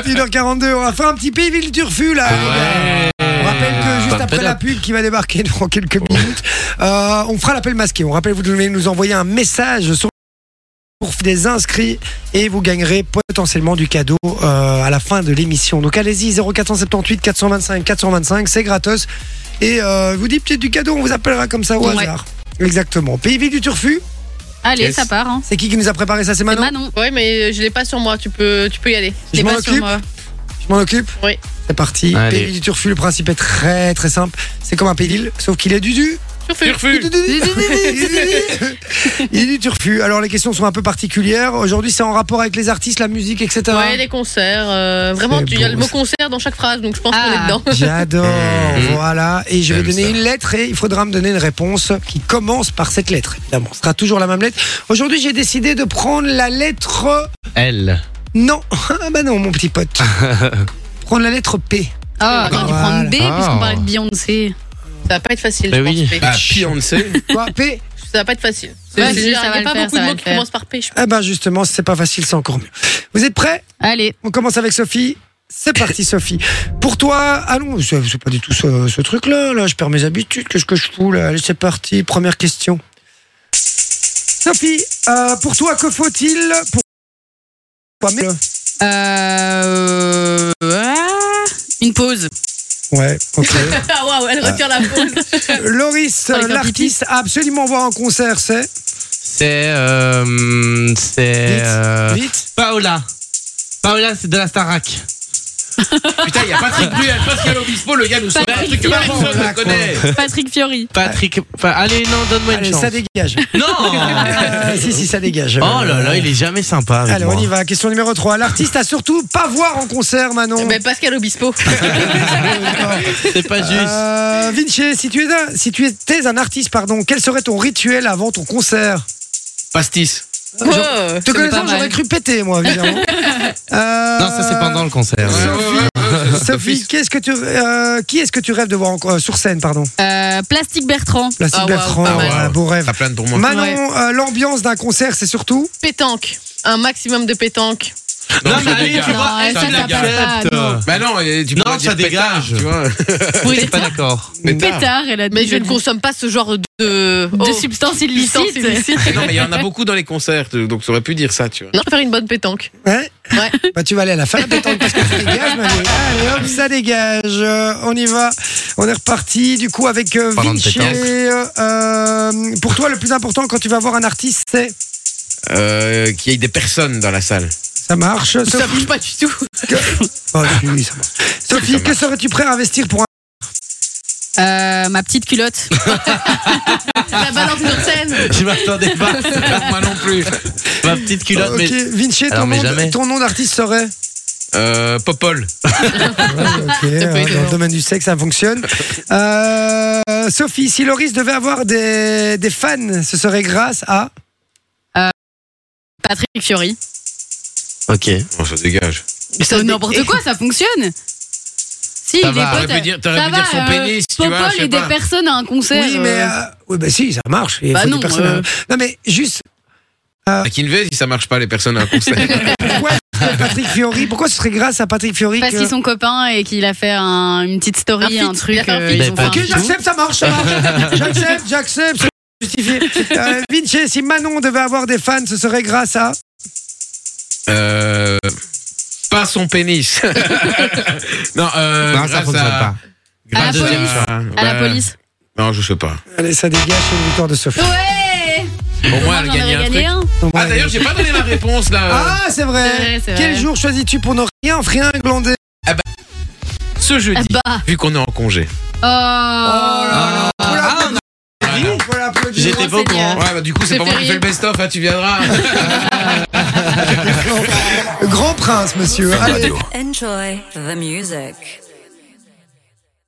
21h42, on va faire un petit Pays Turfu là. Ah, On rappelle que juste Bah, après peut-être. la pub qui va débarquer dans quelques minutes, euh, on fera l'appel masqué. On rappelle, vous devez nous envoyer un message sur pour des inscrits et vous gagnerez potentiellement du cadeau euh, à la fin de l'émission. Donc allez-y 0478 425 425, c'est gratos. Et euh, vous dites peut-être du cadeau, on vous appellera comme ça au Ouais. hasard. Exactement. Pays du Turfu, Allez, Yes. ça part. Hein. c'est qui qui nous a préparé ça C'est C'est Manon. Manon. Ah Ouais, mais euh, je l'ai pas sur moi. Tu peux, tu peux y aller. Je l'ai m'en pas sur occupe. moi. Je m'en occupe Oui. C'est parti. Allez. Pays du Turfu, le principe est très très simple. C'est comme un pédile, sauf qu'il est du du. Turfu. Turfu. Il est du turfu. Alors les questions sont un peu particulières. Aujourd'hui, c'est en rapport avec les artistes, la musique, etc. Ouais, les concerts. euh, vraiment, C'est il y a le beau, mot concert dans chaque phrase, donc je pense qu'on Ah. est dedans. J'adore. Mhm. voilà. Et je vais J'aime donner ça. une lettre et il faudra me donner une réponse qui commence par cette lettre. Évidemment, ce sera toujours la même lettre. Aujourd'hui, j'ai décidé de prendre la lettre. Elle. Non. Ah bah non, mon petit pote. prendre la lettre P. Ah, attends, tu prends Voilà. B Ah. puisqu'on parlait de Beyoncé. Ça va pas être facile, Bah je oui. pense. P. Ah, Beyoncé. Quoi P Ça va pas être facile. Ouais, C'est- si, il y ça va a le pas faire, beaucoup ça de va mots le qui faire. commencent par P. je pense. Eh ben justement, si c'est pas facile, c'est encore mieux. Vous êtes prêts Allez, On commence avec Sophie. C'est parti, Sophie. Pour toi, allons, c'est c'est pas du tout ce, ce truc-là. Là, je perds mes habitudes. Qu'est-ce que je fous là Allez, c'est parti. Première question. Sophie, euh, pour toi, que faut-il pour Quoi, mais- euh... ah, une pause. Ouais, ok. Ah, waouh, elle retire la pause. Loris, Avec un l'artiste à absolument voir en concert, c'est C'est. euh, c'est. Vite, euh, vite. Paola. Paola, c'est de la Starac. Putain, il y a Patrick Bruel, Pascal Obispo, le gars nous sort un truc que Patrick personne Bruel. ne connaît. Patrick Fiori. Patrick. Pa- Allez, non, donne-moi une Allez, chance. ça dégage. Non Euh, si, si, ça dégage. Oh là là, il est jamais sympa. Avec Allez, moi. on y va. Question numéro 3. L'artiste à surtout pas voir en concert, Manon. Mais Pascal Obispo. C'est pas juste. Euh, Vinci, si tu, es un- si tu étais un artiste, pardon, quel serait ton rituel avant ton concert Pastis. Oh, Te C'est connaissant, pas mal. j'aurais cru péter, moi, évidemment. Euh, Non, ça c'est pendant le concert. Ouais, ouais, ouais, ouais, ouais, Sophie, qu'est-ce que tu, euh, qui est-ce que tu rêves de voir en- euh, sur scène, pardon Euh, Plastique Bertrand. Plastique Ah, Bertrand, waouh, pas mal. un beau rêve. Ça plane pour Ah, moi. Manon, Ouais. euh, l'ambiance d'un concert, c'est surtout Pétanque. Un maximum de pétanque. Non, mais ça allez, dégage. tu vois, Non, elle, Euh, ça, tu ça l'acceptes. passe pas, non. Bah non, et tu Non, pourrais ça dire pétard, dégage. tu vois. Je suis pas d'accord. Pétard. Pétard, elle a Mais je déjà ne dit. consomme pas ce genre de. de Oh. substances Substances illicites. Mais Non, mais il y en a beaucoup dans les concerts, donc tu aurais pu dire ça, tu vois. Non, je préfère une bonne pétanque. Hein Ouais. Bah, tu vas aller à la fin, pétanque, parce que ça dégage, Manon. Allez, hop, ça dégage. Euh, on y va. On est reparti, du coup, avec euh, Parlant de Vinci. pétanque. Euh, pour toi, le plus important quand tu vas voir un artiste, c'est Euh, Qu'il y ait des personnes dans la salle. Ça marche. Ça Sophie, bouge pas du tout. Oh, oui, ça marche. Sophie, Ça que serais-tu prêt à investir pour un. Euh, ma petite culotte. La balance sur scène. Je m'attendais pas. moi non plus. Ma petite culotte, Ok, mais. Vinci, ton Alors, mais nom, jamais. ton nom d'artiste serait. Euh, Popol. Ok, pas hein, dans étonnant. le domaine du sexe, ça fonctionne. Euh, Sophie, si Loris devait avoir des, des fans, ce serait grâce à. Patrick Fiori. Ok. Bon, Oh, ça dégage. Ça Oh, dé- N'importe quoi, ça fonctionne. Si, Ça il va, est T'aurais pote. pu dire, t'aurais ça pu va, dire son euh, pénis, tu Popol vois, je sais et des pas. personnes à un concert. Oui, mais. euh, euh, oui, bah si, ça marche. Il Bah faut des non, personnes, euh. euh, Non, mais juste, À Kinvey, si ça marche pas, les personnes à un concert. pourquoi Patrick Fiori Pourquoi ce serait grâce à Patrick Fiori Parce que- euh, qu'ils sont copains et qu'il a fait un- une petite story, Un un, feat. truc. Il a fait un euh, feat. ils ont Bah, fait un Ok, feat. j'accepte, ça marche, ça marche. J'accepte, j'accepte, c'est justifié. Euh, Vinci, si Manon devait avoir des fans, ce serait grâce à. Euh, pas son pénis. non, euh, Non, ça grâce fonctionne à- pas. À la grâce police. À la bah, police. Non, je sais pas. Allez, ça dégage, c'est une victoire de Sophie. Ouais Au moins, Moi, elle j'en avais gagnait un gagné truc. un. Ah, d'ailleurs, j'ai pas donné la réponse là. Ah, c'est vrai. euh, C'est vrai, c'est Quel vrai. jour choisis-tu pour ne rien, rien glander Ce jeudi, Ah bah. vu qu'on est en congé. Oh. Voilà, Voilà. on peut l'applaudir. J'étais pas au courant. Ouais, bah, du coup, c'est C'est pas moi qui férié. fais le best-of, hein, tu viendras. Grand prince, monsieur. Allez. Enjoy the music.